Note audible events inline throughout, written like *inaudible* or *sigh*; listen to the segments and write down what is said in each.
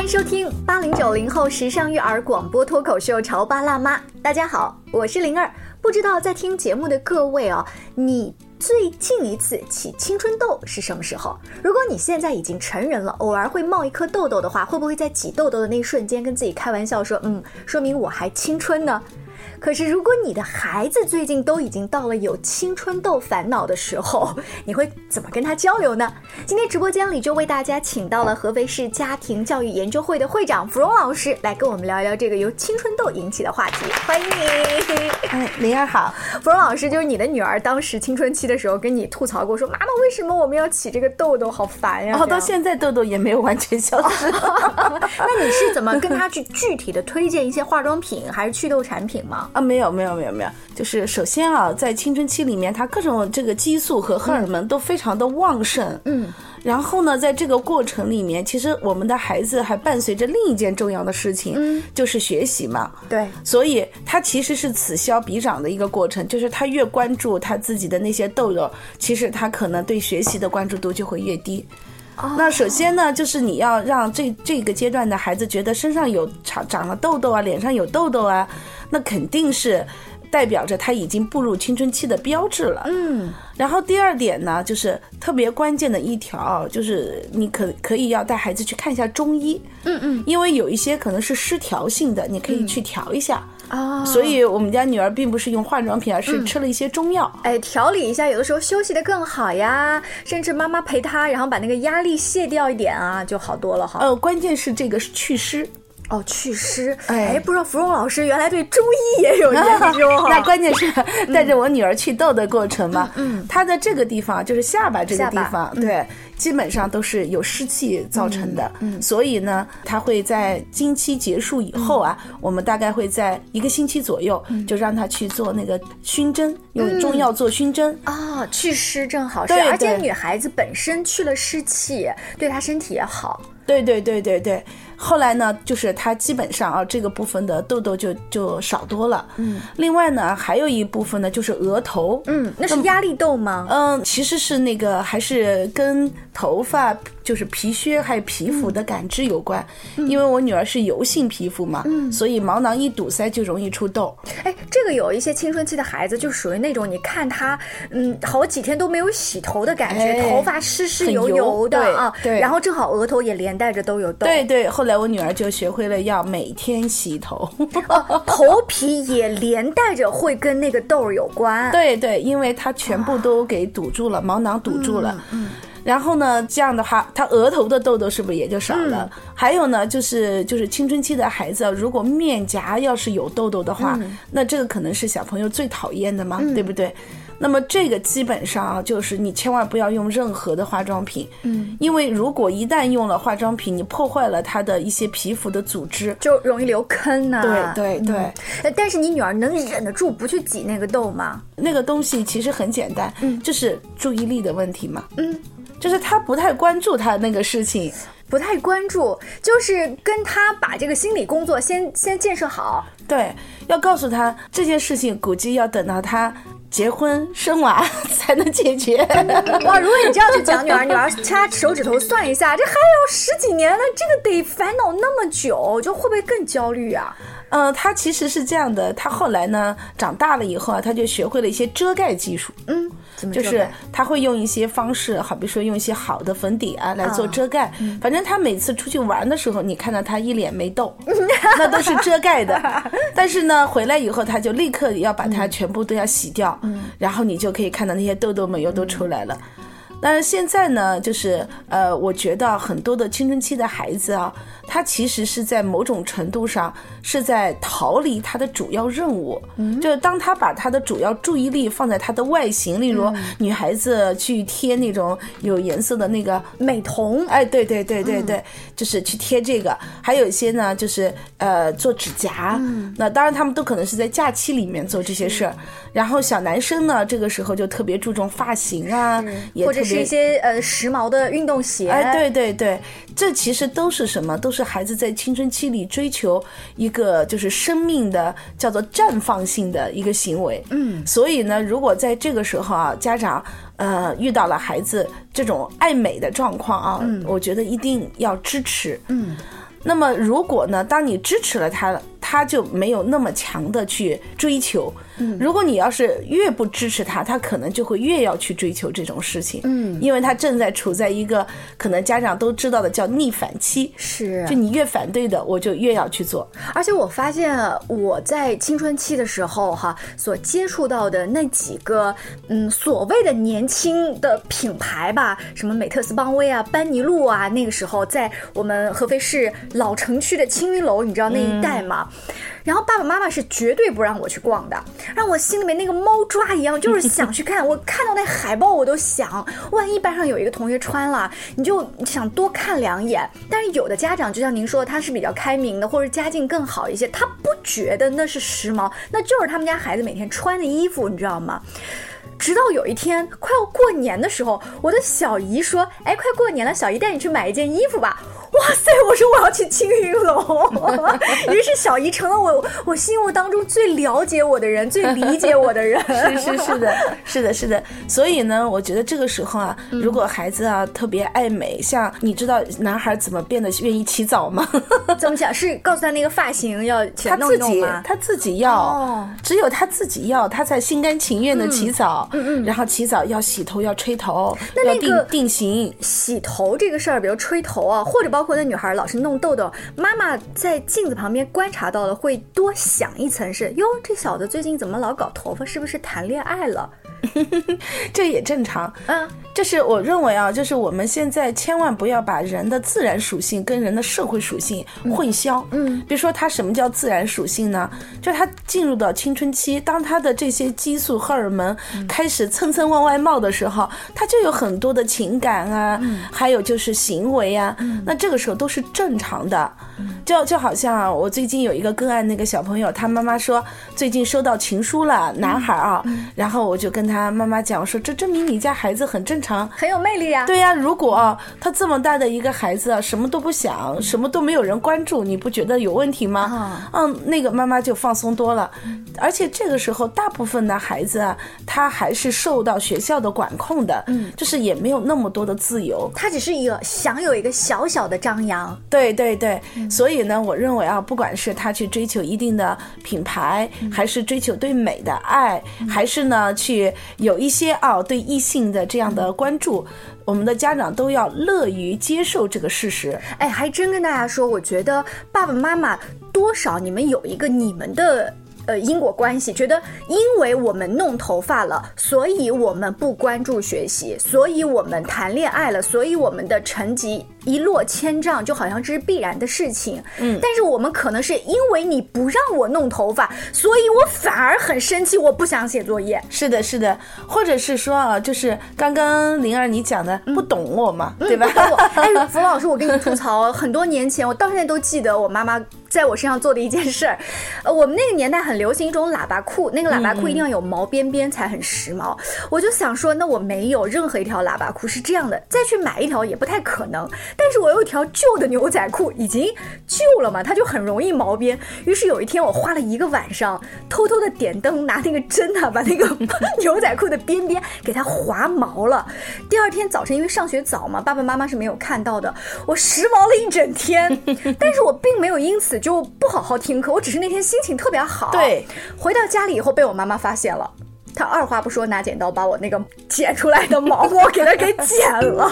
迎收听八零九零后时尚育儿广播脱口秀《潮爸辣妈》。大家好，我是灵儿。不知道在听节目的各位哦，你最近一次起青春痘是什么时候？如果你现在已经成人了，偶尔会冒一颗痘痘的话，会不会在挤痘痘的那一瞬间跟自己开玩笑说：“嗯，说明我还青春呢？”可是，如果你的孩子最近都已经到了有青春痘烦恼的时候，你会怎么跟他交流呢？今天直播间里就为大家请到了合肥市家庭教育研究会的会长芙蓉老师来跟我们聊一聊这个由青春痘引起的话题。欢迎你，哎，灵儿好，芙蓉老师，就是你的女儿当时青春期的时候跟你吐槽过说，妈妈为什么我们要起这个痘痘，好烦呀、然后到现在痘痘也没有完全消 *laughs* 失。那你是怎么跟她去具体的推荐一些化妆品还是祛痘产品吗？啊，没有没有没有没有，就是首先啊，在青春期里面，它各种这个激素和荷尔蒙都非常的旺盛，嗯，然后呢，在这个过程里面，其实我们的孩子还伴随着另一件重要的事情，嗯，就是学习嘛，对，所以他其实是此消彼长的一个过程，就是他越关注他自己的那些痘痘，其实他可能对学习的关注度就会越低。那首先呢，就是你要让这这个阶段的孩子觉得身上有长长了痘痘啊，脸上有痘痘啊，那肯定是代表着他已经步入青春期的标志了。嗯。然后第二点呢，就是特别关键的一条，就是你可可以要带孩子去看一下中医。嗯嗯。因为有一些可能是失调性的，你可以去调一下。啊所以我们家女儿并不是用化妆品，而是吃了一些中药。哎，调理一下，有的时候休息的更好呀，甚至妈妈陪她，然后把那个压力卸掉一点啊，就好多了哈。呃，关键是这个是祛湿，哦，祛湿，哎哎，不知道芙蓉老师原来对中医也有研究哈。嗯 *laughs* 那关键是带着我女儿去痘的过程嘛，她的这个地方就是下巴这个地下嗯方，对，基本上都是有湿气造成的，嗯所以呢，她会在经期结束以后啊，嗯我们大概会在一个星期左右，就让她去做那个熏蒸，嗯用中药做熏蒸，啊、祛湿正好是，对而且对女孩子本身去了湿气，对她身体也好。对对对对对。后来呢，就是她基本上啊，这个部分的痘痘就就少多了。嗯，另外呢，还有一部分呢，就是额头。嗯，那是压力痘吗？嗯，其实是那个还是跟头发，就是皮靴还有皮肤的感知有关，因为我女儿是油性皮肤嘛，所以毛囊一堵塞就容易出痘。哎，这个有一些青春期的孩子就属于那种，你看她，嗯，好几天都没有洗头的感觉，哎头发湿湿很油油的对啊，对然后正好额头也连带着都有痘。对对，后来我女儿就学会了要每天洗头。哦， *laughs* 头皮也连带着会跟那个痘儿有关。对对，因为它全部都给堵住了，毛囊堵住了。嗯。然后呢，这样的话，他额头的痘痘是不是也就少了？还有呢，就是就是青春期的孩子，如果面颊要是有痘痘的话，那这个可能是小朋友最讨厌的嘛，对不对？那么这个基本上啊，就是你千万不要用任何的化妆品，嗯，因为如果一旦用了化妆品，你破坏了它的一些皮肤的组织，就容易留坑呐、对对对。对。但是你女儿能忍得住不去挤那个痘吗？那个东西其实很简单，嗯，就是注意力的问题嘛，嗯，就是他不太关注他那个事情，不太关注，就是跟她把这个心理工作先先建设好。 *laughs* 对，要告诉他这件事情，估计要等到他结婚生娃 *laughs* 才能解决。嗯 *laughs* 哇，如果你这样去讲女儿，女儿掐手指头算一下，这还有十几年了，这个得烦恼那么久，就会不会更焦虑啊？嗯，他其实是这样的，他后来呢长大了以后啊，他就学会了一些遮盖技术，嗯，怎么就这是么他会用一些方式，好比说用一些好的粉底啊来做遮盖。嗯反正他每次出去玩的时候，你看到他一脸没痘， *laughs* 那都是遮盖的。但是呢，回来以后他就立刻要把嗯它全部都要洗掉，然后你就可以看到那些痘痘们又嗯都出来了。但是现在呢，就是呃，我觉得很多的青春期的孩子啊，他其实是在某种程度上是在逃离他的主要任务，就是当他把他的主要注意力放在他的外形，例如女孩子去贴那种有颜色的那个美瞳哎，对对对对对，就是去贴这个，还有一些呢，就是呃做指甲，那当然他们都可能是在假期里面做这些事儿。然后小男生呢，这个时候就特别注重发型啊，也或特者别是一些呃时髦的运动鞋，哎，对对对，这其实都是什么？都是孩子在青春期里追求一个就是生命的叫做绽放性的一个行为。嗯，所以呢，如果在这个时候啊，家长呃遇到了孩子这种爱美的状况啊，我觉得一定要支持。嗯。那么如果呢，当你支持了他，他就没有那么强的去追求。嗯如果你要是越不支持他，他可能就会越要去追求这种事情。嗯，因为他正在处在一个可能家长都知道的叫逆反期，是啊就你越反对的，我就越要去 *laughs* 做。而且我发现我在青春期的时候哈，所接触到的那几个嗯所谓的年轻的品牌吧，什么美特斯邦威啊、班尼路啊，那个时候在我们合肥市老城区的青云楼，你知道那一带吗？然后爸爸妈妈是绝对不让我去逛的，让我心里面那个猫抓一样，就是想去看。我看到那海报，我都想，万一班上有一个同学穿了，你就想多看两眼。但是有的家长，就像您说，他是比较开明的，或者家境更好一些，他不觉得那是时髦，那就是他们家孩子每天穿的衣服，你知道吗？直到有一天快要过年的时候，我的小姨说：“哎，快过年了，小姨带你去买一件衣服吧。”哇塞！我说我要去青云楼， *laughs* 于是小姨成了我我心目当中最了解我的人，最理解我的人。是是是的，是的，是的。所以呢，我觉得这个时候啊，嗯如果孩子啊特别爱美，像你知道男孩怎么变得愿意起早吗？ *laughs* 怎么讲？是告诉他那个发型要全他弄一自弄己吗？他自己要，哦只有他自己要，他才心甘情愿的起早，然后起早要洗头，要吹头，嗯那那要个定定型。洗头这个事儿，比如吹头啊，或者包括那女孩老是弄痘痘，妈妈在镜子旁边观察到了，会多想一层是：哟，这小子最近怎么老搞头发？是不是谈恋爱了？这也正常。嗯，就是我认为啊，就是我们现在千万不要把人的自然属性跟人的社会属性混淆。嗯，比如说他什么叫自然属性呢？就他进入到青春期，当他的这些激素、荷尔蒙开始蹭蹭往外冒的时候，他就有很多的情感啊，还有就是行为啊，那这个时候都是正常的。就就好像啊，我最近有一个个案，那个小朋友他妈妈说最近收到情书了，男孩啊，然后我就跟他妈妈讲，我说这证明你家孩子很正常。很有魅力呀、对呀、如果啊他这么大的一个孩子啊，什么都不想，什么都没有人关注，你不觉得有问题吗啊？嗯，那个妈妈就放松多了。而且这个时候，大部分的孩子啊，他还是受到学校的管控的，就是也没有那么多的自由。他只是有想有一个小小的张扬，对对对，所以呢，我认为啊，不管是他去追求一定的品牌，还是追求对美的爱，还是呢去有一些啊对异性的这样的关注，我们的家长都要乐于接受这个事实。哎，还真跟大家说，我觉得爸爸妈妈多少你们有一个你们的。呃，因果关系，觉得因为我们弄头发了，所以我们不关注学习，所以我们谈恋爱了，所以我们的成绩一落千丈，就好像这是必然的事情。嗯，但是我们可能是因为你不让我弄头发，所以我反而很生气，我不想写作业。是的，是的，或者是说啊，就是刚刚灵儿你讲的，不懂我嘛，对吧？我哎，冯老师，我跟你吐槽，啊很多年前，我到现在都记得我妈妈在我身上做的一件事儿。呃，我们那个年代很流行一种喇叭裤，那个喇叭裤一定嗯要有毛边边才很时髦。我就想说，那我没有任何一条喇叭裤是这样的，再去买一条也不太可能。但是我有一条旧的牛仔裤，已经旧了嘛，它就很容易毛边。于是有一天，我花了一个晚上，偷偷的点灯，拿那个针啊，把那个牛仔裤的边边给它划毛了。第二天早晨，因为上学早嘛，爸爸妈妈是没有看到的，我时髦了一整天。但是我并没有因此就不好好听课，我只是那天心情特别好。对，回到家里以后被我妈妈发现了。她二话不说，拿剪刀把我那个剪出来的毛毛给它给剪 *laughs* 了，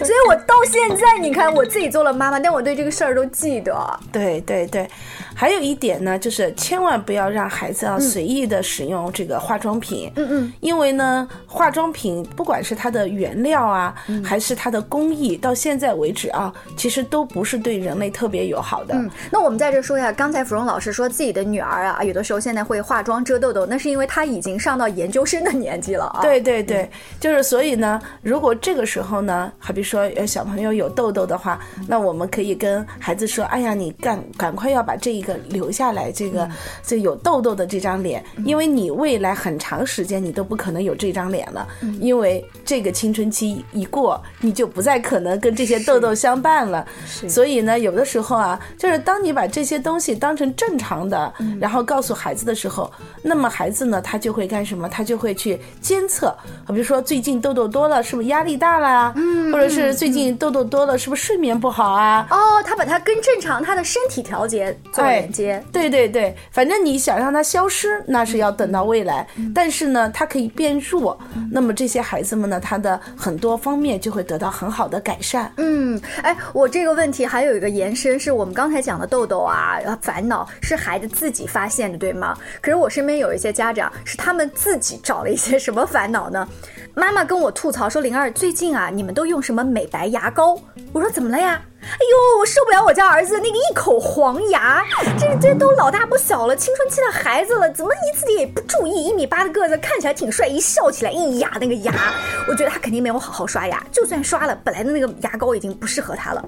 所以我到现在，你看我自己做了妈妈，但我对这个事儿都记得。对对对，还有一点呢，就是千万不要让孩子啊随意的使用这个化妆品，嗯嗯，因为呢，化妆品不管是它的原料啊，还是它的工艺，到现在为止啊，其实都不是对人类特别友好的。嗯，那我们在这说一下，刚才芙蓉老师说自己的女儿啊，有的时候现在会化妆遮痘痘，那是因为她已经上到研究生的年纪了啊。，对对对，就是所以呢，如果这个时候呢，好比说呃小朋友有痘痘的话，那我们可以跟孩子说，哎呀，你赶赶快要把这一个留下来，这个这有痘痘的这张脸，因为你未来很长时间你都不可能有这张脸了，因为这个青春期一过，你就不再可能跟这些痘痘相伴了。所以呢，有的时候啊，就是当你把这些东西当成正常的，然后告诉孩子的时候，那么孩子呢，他就会干什么？他就会去监测，比如说最近痘痘多了，是不是压力大了啊？嗯，或者是最近痘痘多了，是不是睡眠不好啊？哦，他把它跟正常他的身体调节做哎连接。对对对，反正你想让它消失，那是要等到未来。但是呢，它可以变弱，那么这些孩子们呢，他的很多方面就会得到很好的改善。嗯，哎，我这个问题还有一个延伸，是我们刚才讲的痘痘啊、烦恼是孩子自己发现的，对吗？可是我身边有一些家长是他们自己找了一些什么烦恼呢？ *laughs* 妈妈跟我吐槽说：“灵儿，最近啊，你们都用什么美白牙膏？”我说：“怎么了呀？”哎呦，我受不了我家儿子那个一口黄牙，这这都老大不小了，青春期的孩子了，怎么一次也不注意？一米八的个子看起来挺帅，一笑起来一牙那个牙，我觉得他肯定没有好好刷牙，就算刷了，本来的那个牙膏已经不适合他了。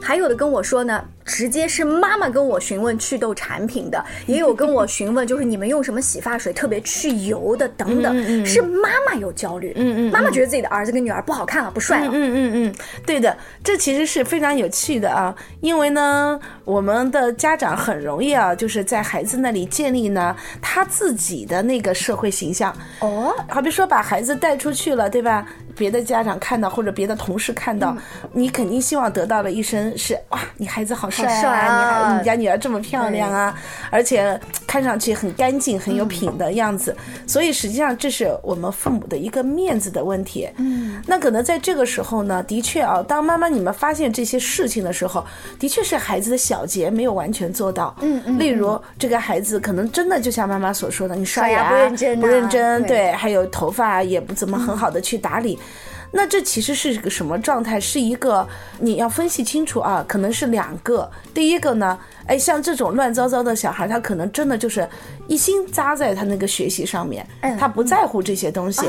还有的跟我说呢，直接是妈妈跟我询问祛痘产品的，也有跟我询问就是你们用什么洗发水特别去油的等等，是妈妈有焦虑，嗯嗯，妈妈觉得自己的儿子跟女儿不好看了，不帅了，嗯嗯嗯，对的，这其实是非常有趣的啊，因为呢，我们的家长很容易啊，就是在孩子那里建立呢他自己的那个社会形象。哦，好比说把孩子带出去了，对吧？别的家长看到或者别的同事看嗯到，你肯定希望得到的一声是哇，你孩子好帅啊，好帅啊你孩你家女儿这么漂亮啊，而且看上去很干净、很有品的样子。所以实际上这是我们父母的一个面子的问题。嗯，那可能在这个时候呢，的确啊，当妈妈你们发现这些事情的时候，的确是孩子的小节没有完全做到。嗯嗯，例如这个孩子可能真的就像妈妈所说的，你刷刷牙牙不认真不啊认真，对对。还有头发也不怎么很好的去打理。那这其实是个什么状态？是一个你要分析清楚啊，可能是两个。第一个呢，哎，像这种乱糟糟的小孩，他可能真的就是一心扎在他那个学习上面，他不在乎这些东西。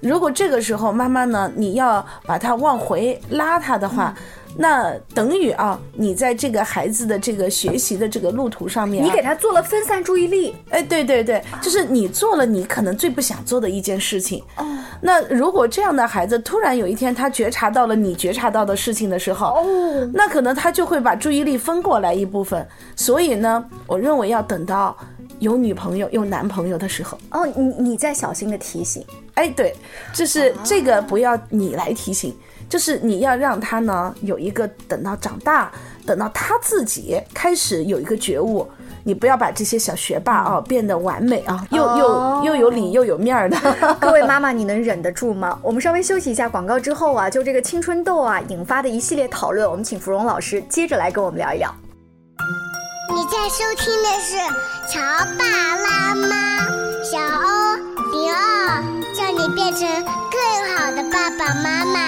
如果这个时候妈妈呢，你要把他往回拉他的话，那等于啊，你在这个孩子的这个学习的这个路途上面、啊，你给他做了分散注意力，哎，对对对，就是你做了你可能最不想做的一件事情。哦，那如果这样的孩子突然有一天他觉察到了你觉察到的事情的时候，哦，那可能他就会把注意力分过来一部分。所以呢，我认为要等到有女朋友、有男朋友的时候，哦，你你在小心的提醒，哎，对，就是这个不要你来提醒，就是你要让他呢有一个等到长大，等到他自己开始有一个觉悟。你不要把这些小学霸啊、变得完美啊，又哦又又有理又有面儿的。各位妈妈，你能忍得住吗？我们稍微休息一下广告之后啊，就这个青春痘啊引发的一系列讨论，我们请芙蓉老师接着来跟我们聊一聊。你在收听的是《潮爸辣妈》，小欧零二，叫你变成更好的爸爸妈妈。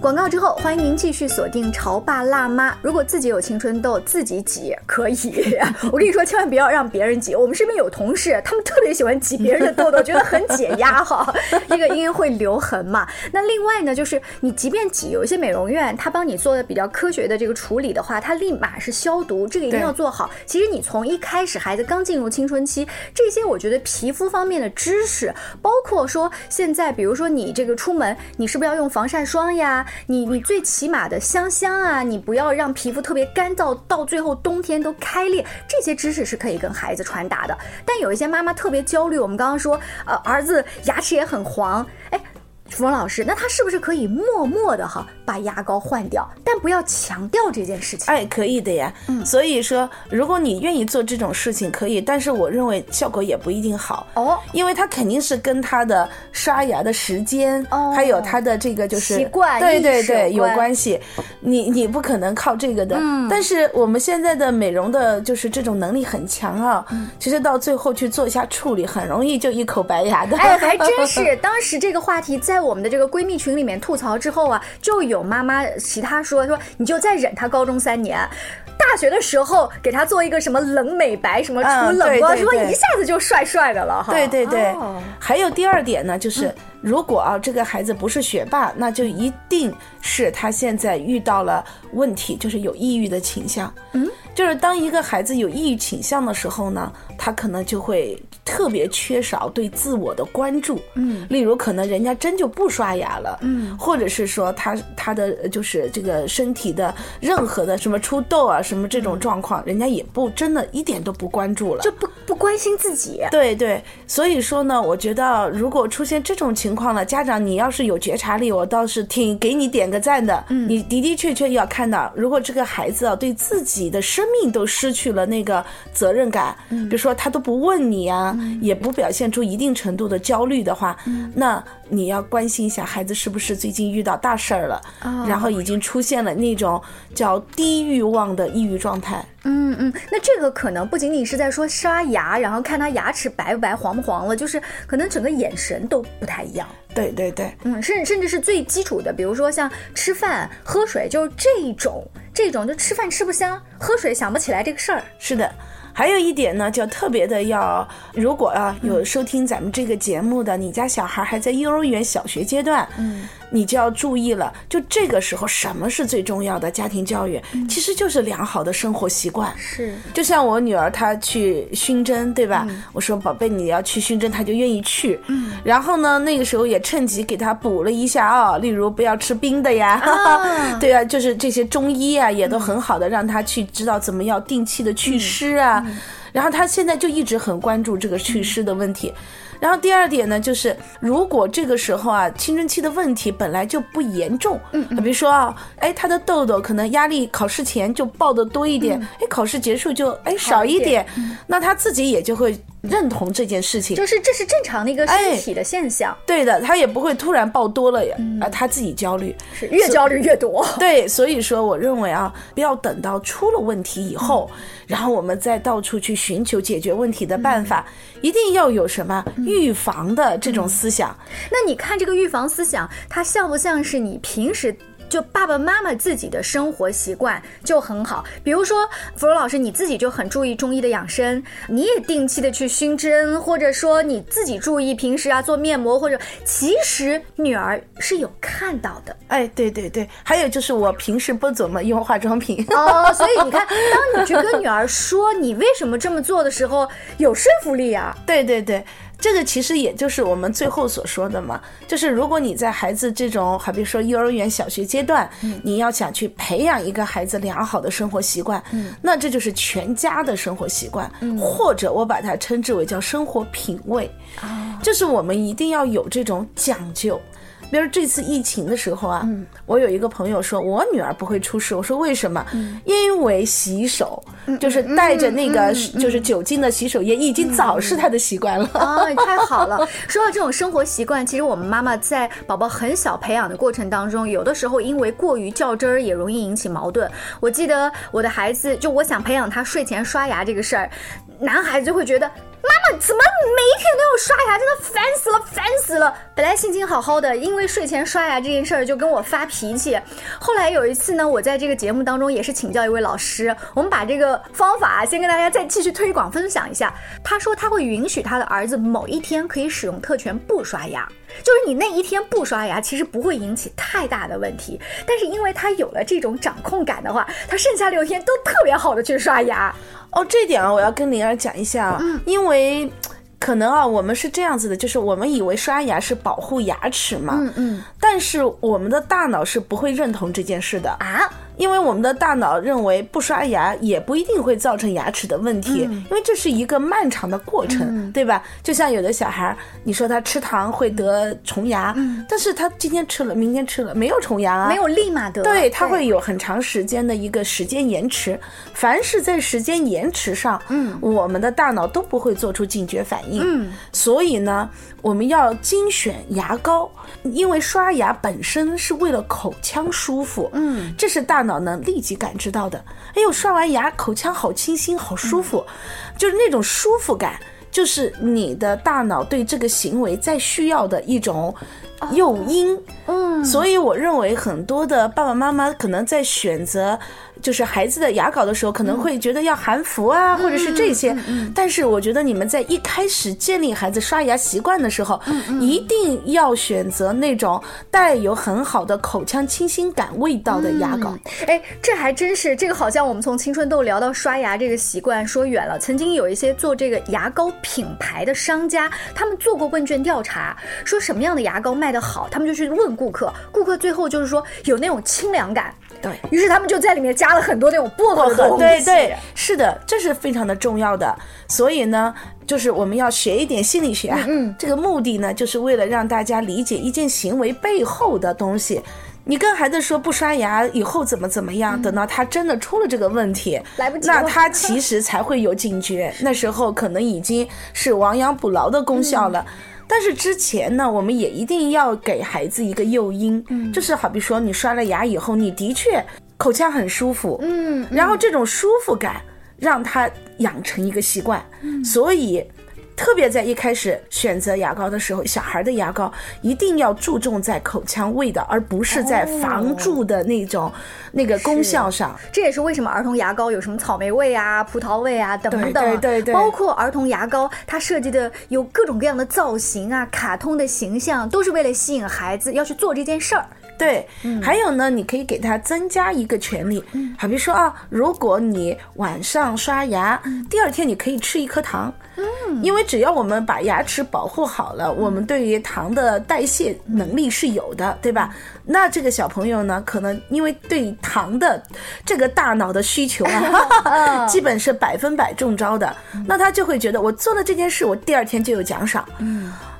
广告之后，欢迎您继续锁定《潮爸辣妈》。如果自己有青春痘，自己挤可以。 *laughs* 我跟你说，千万不要让别人挤。我们身边有同事，他们特别喜欢挤别人的痘痘，觉得很解压哈。 *laughs* 这个因为会留痕嘛。那另外呢，就是你即便挤，有一些美容院它帮你做的比较科学的这个处理的话，它立马是消毒，这个一定对要做好。其实你从一开始孩子刚进入青春期，这些我觉得皮肤方面的知识，包括说现在，比如说你这个出门，你是不是要用防晒霜呀？你你最起码的香香啊，你不要让皮肤特别干燥，到最后冬天都开裂，这些知识是可以跟孩子传达的。但有一些妈妈特别焦虑，我们刚刚说，呃，儿子牙齿也很黄，哎。芙蓉老师，那他是不是可以默默的哈把牙膏换掉，但不要强调这件事情？哎，可以的呀。所以说，如果你愿意做这种事情，可以，但是我认为效果也不一定好。哦因为他肯定是跟他的刷牙的时间，哦还有他的这个就是习惯对意对识对，有有关嗯关系。你你不可能靠这个的。但是我们现在的美容的，就是这种能力很强啊。嗯其实到最后去做一下处理，很容易就一口白牙的。 *laughs* 哎，还真是。当时这个话题在我们的这个闺蜜群里面吐槽之后啊，就有妈妈其他说说你就再忍他高中三年，大学的时候给他做一个什么冷美白，什么除嗯冷对光，对说对一下子就帅帅的了哈。对对对，哦还有第二点呢，就是如果啊这个孩子不是学霸，那就一定是他现在遇到了问题，就是有抑郁的倾向。嗯，就是当一个孩子有抑郁倾向的时候呢，他可能就会特别缺少对自我的关注，嗯，例如可能人家真就不刷牙了，嗯，或者是说他他的就是这个身体的任何的什么出痘啊什么这种状况，人家也不真的一点都不关注了，就不不关心自己。对对，所以说呢，我觉得如果出现这种情况了，家长你要是有觉察力，我倒是挺给你点个赞的。嗯，你的的确确要看到，如果这个孩子啊对自己的生命都失去了那个责任感，嗯、比如说他都不问你啊，也不表现出一定程度的焦虑的话，那你要关心一下孩子是不是最近遇到大事儿了，然后已经出现了那种叫低欲望的抑郁状态。嗯嗯，那这个可能不仅仅是在说刷牙，然后看他牙齿白不白、黄不黄了，就是可能整个眼神都不太一样。对对对，嗯，甚甚至是最基础的，比如说像吃饭、喝水，就是这种这种，就吃饭吃不香，喝水想不起来这个事儿。是的。还有一点呢，就特别的要，如果啊有收听咱们这个节目的，你家小孩还在幼儿园、小学阶段，嗯，你就要注意了。就这个时候，什么是最重要的？家庭教育、嗯、其实就是良好的生活习惯。是，就像我女儿她去熏蒸，对吧？嗯、我说宝贝，你要去熏蒸，她就愿意去。嗯，然后呢，那个时候也趁机给她补了一下啊、哦，例如不要吃冰的呀，啊、 *laughs* 对啊，就是这些中医啊也都很好的让她去知道怎么要定期的祛湿啊。嗯然后他现在就一直很关注这个祛湿的问题。然后第二点呢，就是如果这个时候啊，青春期的问题本来就不严重，嗯，比如说啊，哎，他的痘痘可能压力考试前就爆的多一点，哎，考试结束就哎少一点，那他自己也就会认同这件事情，就是这是正常的一个身体的现象。对的，他也不会突然爆多了呀，啊，他自己焦虑，是越焦虑越多。 *laughs* 对，所以说我认为啊，不要等到出了问题以后，然后我们再到处去寻求解决问题的办法，一定要有什么。预防的这种思想、嗯，那你看这个预防思想，它像不像是你平时就爸爸妈妈自己的生活习惯就很好？比如说，芙蓉老师你自己就很注意中医的养生，你也定期的去熏蒸，或者说你自己注意平时啊做面膜，或者其实女儿是有看到的。哎，对对对，还有就是我平时不怎么用化妆品 *laughs* 哦，所以你看，当你去跟女儿说你为什么这么做的时候，有说服力啊。对对对。这个其实也就是我们最后所说的嘛，就是如果你在孩子这种，好比说幼儿园、小学阶段，嗯、你要想去培养一个孩子良好的生活习惯，嗯、那这就是全家的生活习惯，嗯、或者我把它称之为叫生活品味，哦、就是我们一定要有这种讲究。比如这次疫情的时候啊，嗯、我有一个朋友说，我女儿不会出事。我说为什么？嗯、因为洗手，嗯、就是带着那个就是酒精的洗手液，已经早是她的习惯了。啊、 *laughs* 哦，太好了！说到这种生活习惯，其实我们妈妈在宝宝很小培养的过程当中，有的时候因为过于较真儿，也容易引起矛盾。我记得我的孩子，就我想培养他睡前刷牙这个事儿，男孩子就会觉得。妈妈怎么每一天都要刷牙？真的烦死了，烦死了！本来心情好好的，因为睡前刷牙这件事儿就跟我发脾气。后来有一次呢，我在这个节目当中也是请教一位老师，我们把这个方法啊先跟大家再继续推广分享一下。他说他会允许他的儿子某一天可以使用特权不刷牙，就是你那一天不刷牙，其实不会引起太大的问题。但是因为他有了这种掌控感的话，他剩下六天都特别好的去刷牙。哦，这点啊，我要跟灵儿讲一下啊，嗯、因为可能啊，我们是这样子的，就是我们以为刷牙是保护牙齿嘛，嗯嗯，但是我们的大脑是不会认同这件事的啊。因为我们的大脑认为不刷牙也不一定会造成牙齿的问题，嗯、因为这是一个漫长的过程，嗯、对吧？就像有的小孩，你说他吃糖会得虫牙，嗯、但是他今天吃了，明天吃了，没有虫牙啊，没有立马得，对，他会有很长时间的一个时间延迟。凡是在时间延迟上，嗯，我们的大脑都不会做出警觉反应，嗯，所以呢，我们要精选牙膏，因为刷牙本身是为了口腔舒服，嗯，这是大脑。脑能立即感知到的，哎呦，刷完牙口腔好清新，好舒服，嗯、就是那种舒服感，就是你的大脑对这个行为再需要的一种诱因。哦、嗯，所以我认为很多的爸爸妈妈可能在选择就是孩子的牙膏的时候，可能会觉得要含氟啊，或者是这些。但是我觉得你们在一开始建立孩子刷牙习惯的时候，一定要选择那种带有很好的口腔清新感味道的牙膏。哎，这还真是，这个好像我们从青春痘聊到刷牙这个习惯说远了。曾经有一些做这个牙膏品牌的商家，他们做过问卷调查，说什么样的牙膏卖得好，他们就去问顾客，顾客最后就是说有那种清凉感，对，于是他们就在里面加了很多那种薄荷的东西。对对，是的，这是非常的重要的。所以呢，就是我们要学一点心理学啊。嗯嗯这个目的呢，就是为了让大家理解一件行为背后的东西。你跟孩子说不刷牙以后怎么怎么样，等到他真的出了这个问题，嗯来不及那了他其实才会有警觉。那时候可能已经是亡羊补牢的功效嗯了。但是之前呢，我们也一定要给孩子一个诱因，嗯就是好比说你刷了牙以后，你的确口腔很舒服，嗯，然后这种舒服感让他养成一个习惯，所以。特别在一开始选择牙膏的时候，小孩的牙膏一定要注重在口腔味道，而不是在防蛀的那种、那个功效上。这也是为什么儿童牙膏有什么草莓味啊、葡萄味啊等等，对对对对包括儿童牙膏，它设计的有各种各样的造型啊、卡通的形象，都是为了吸引孩子要去做这件事儿。对，还有呢，你可以给他增加一个权利，好比说啊，如果你晚上刷牙，第二天你可以吃一颗糖，嗯，因为只要我们把牙齿保护好了，我们对于糖的代谢能力是有的，对吧？那这个小朋友呢，可能因为对糖的这个大脑的需求啊， *laughs* 基本是百分百中招的，那他就会觉得我做了这件事，我第二天就有奖赏，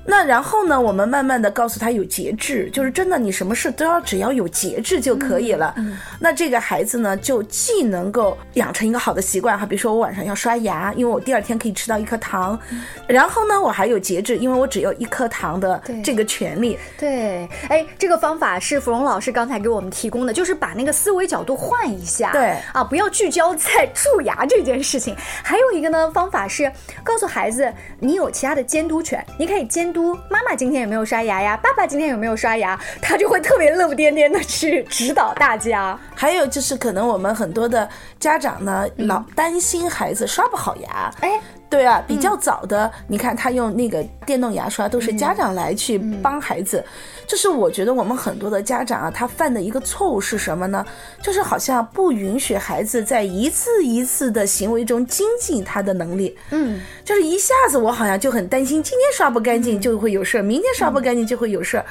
那然后呢，我们慢慢的告诉他有节制，就是真的，你什么事都要只要有节制就可以了。嗯那这个孩子呢，就既能够养成一个好的习惯哈，比如说我晚上要刷牙，因为我第二天可以吃到一颗糖，嗯然后呢，我还有节制，因为我只有一颗糖的对这个权利。对，哎，这个方法是芙蓉老师刚才给我们提供的，就是把那个思维角度换一下，对啊，不要聚焦在蛀牙这件事情。还有一个呢方法是告诉孩子，你有其他的监督权，你可以监督妈妈今天有没有刷牙呀，爸爸今天有没有刷牙，他就会特别乐不颠颠的去指导大家。还有就是，可能我们很多的家长呢，嗯老担心孩子刷不好牙，哎，对啊，比较早的，你看他用那个电动牙刷，都是家长来去帮孩子。就是我觉得我们很多的家长啊，他犯的一个错误是什么呢？就是好像不允许孩子在一次一次的行为中精进他的能力。嗯，就是一下子我好像就很担心，今天刷不干净就会有事儿，明天刷不干净就会有事儿。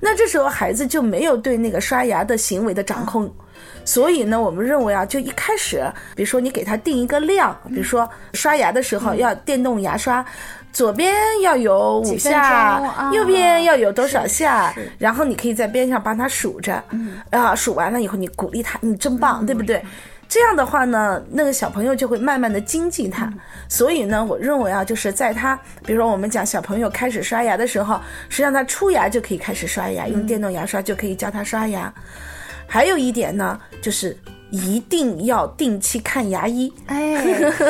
那这时候孩子就没有对那个刷牙的行为的掌控。所以呢，我们认为啊，就一开始，比如说你给他定一个量，比如说刷牙的时候要电动牙刷，左边要有五嗯几分钟下啊，右边要有多少下是是，嗯然后你可以在边上帮他数着，啊，数完了以后你鼓励他，你真棒，对不对？这样的话呢，那个小朋友就会慢慢的精进他。嗯所以呢，我认为啊，就是在他，比如说我们讲小朋友开始刷牙的时候，实际上他出牙就可以开始刷牙，嗯用电动牙刷就可以教他刷牙。还有一点呢，就是一定要定期看牙医。哎，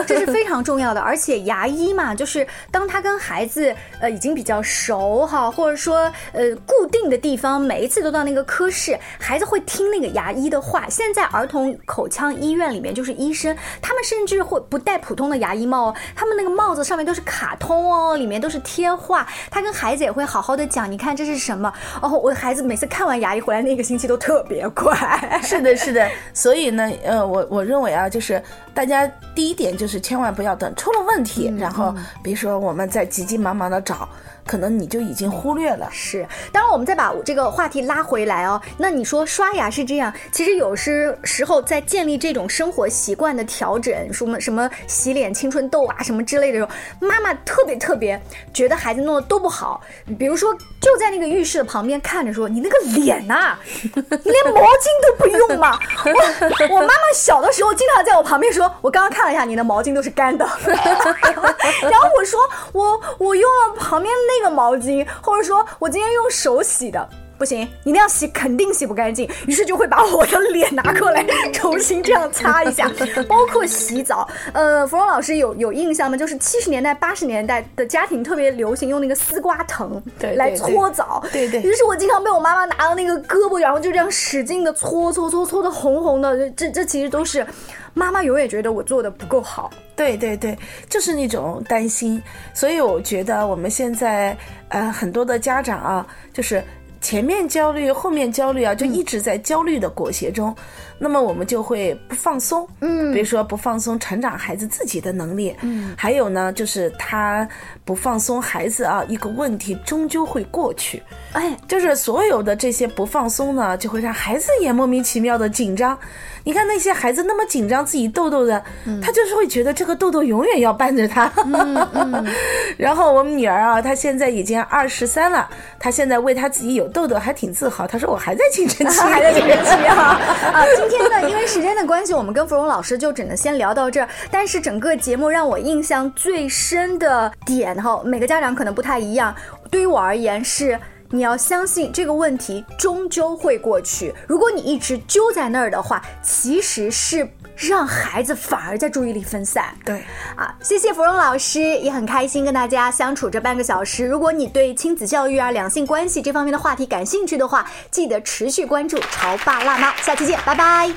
这是非常重要的，而且牙医嘛，就是当他跟孩子呃已经比较熟哈，或者说呃固定的地方，每一次都到那个科室，孩子会听那个牙医的话。现在儿童口腔医院里面就是医生，他们甚至会不戴普通的牙医帽哦，他们那个帽子上面都是卡通哦，里面都是贴画。他跟孩子也会好好的讲，你看这是什么哦，我的孩子每次看完牙医回来那个星期都特别乖。是的，是的。所以呢，呃，我我认为啊，就是大家第一点就是千万不要等出了问题，然后比如说我们在急急忙忙的找，可能你就已经忽略了。是，当然我们再把这个话题拉回来哦。那你说刷牙是这样，其实有时时候在建立这种生活习惯的调整，什么什么洗脸、青春痘啊什么之类的时候，妈妈特别特别觉得孩子弄的都不好。比如说就在那个浴室的旁边看着说：“你那个脸呐、你 *laughs* 连毛巾都不用吗？”我我妈妈小的时候经常在我旁边说：“我刚刚看了一下，你的毛巾都是干的。” *laughs* 然后我说我我用了旁边那个毛巾，或者说我今天用手洗的。不行，你那样洗肯定洗不干净，于是就会把我的脸拿过来重新这样擦一下，包括洗澡。呃，芙蓉老师有有印象吗？就是七十年代、八十年代的家庭特别流行用那个丝瓜藤对对来对搓澡，对对于是我经常被我妈妈拿到那个胳膊，然后就这样使劲的搓搓搓搓的红红的，这这其实都是妈妈永远觉得我做的不够好。对对对，就是那种担心，所以我觉得我们现在呃很多的家长啊，就是前面焦虑，后面焦虑啊，就一直在焦虑的裹挟中，那么我们就会不放松，嗯，比如说不放松成长孩子自己的能力，嗯，还有呢就是他不放松孩子啊，一个问题终究会过去，哎，就是所有的这些不放松呢，就会让孩子也莫名其妙的紧张。你看那些孩子那么紧张自己痘痘的，他嗯就是会觉得这个痘痘永远要伴着他。嗯然后我们女儿啊，她现在已经二十三了，她现在为她自己有痘痘还挺自豪，她说我还在青春 *laughs* 期，还在这边期啊 *laughs* 啊！今天呢，因为时间的关系，我们跟芙蓉老师就只能先聊到这儿。但是整个节目让我印象最深的点哈，每个家长可能不太一样。对于我而言是。你要相信这个问题终究会过去。如果你一直揪在那儿的话，其实是让孩子反而在注意力分散。 *laughs* 对。啊，谢谢芙蓉老师，也很开心跟大家相处这半个小时。如果你对亲子教育啊、两性关系这方面的话题感兴趣的话，记得持续关注《潮爸辣妈》，下期见，拜拜。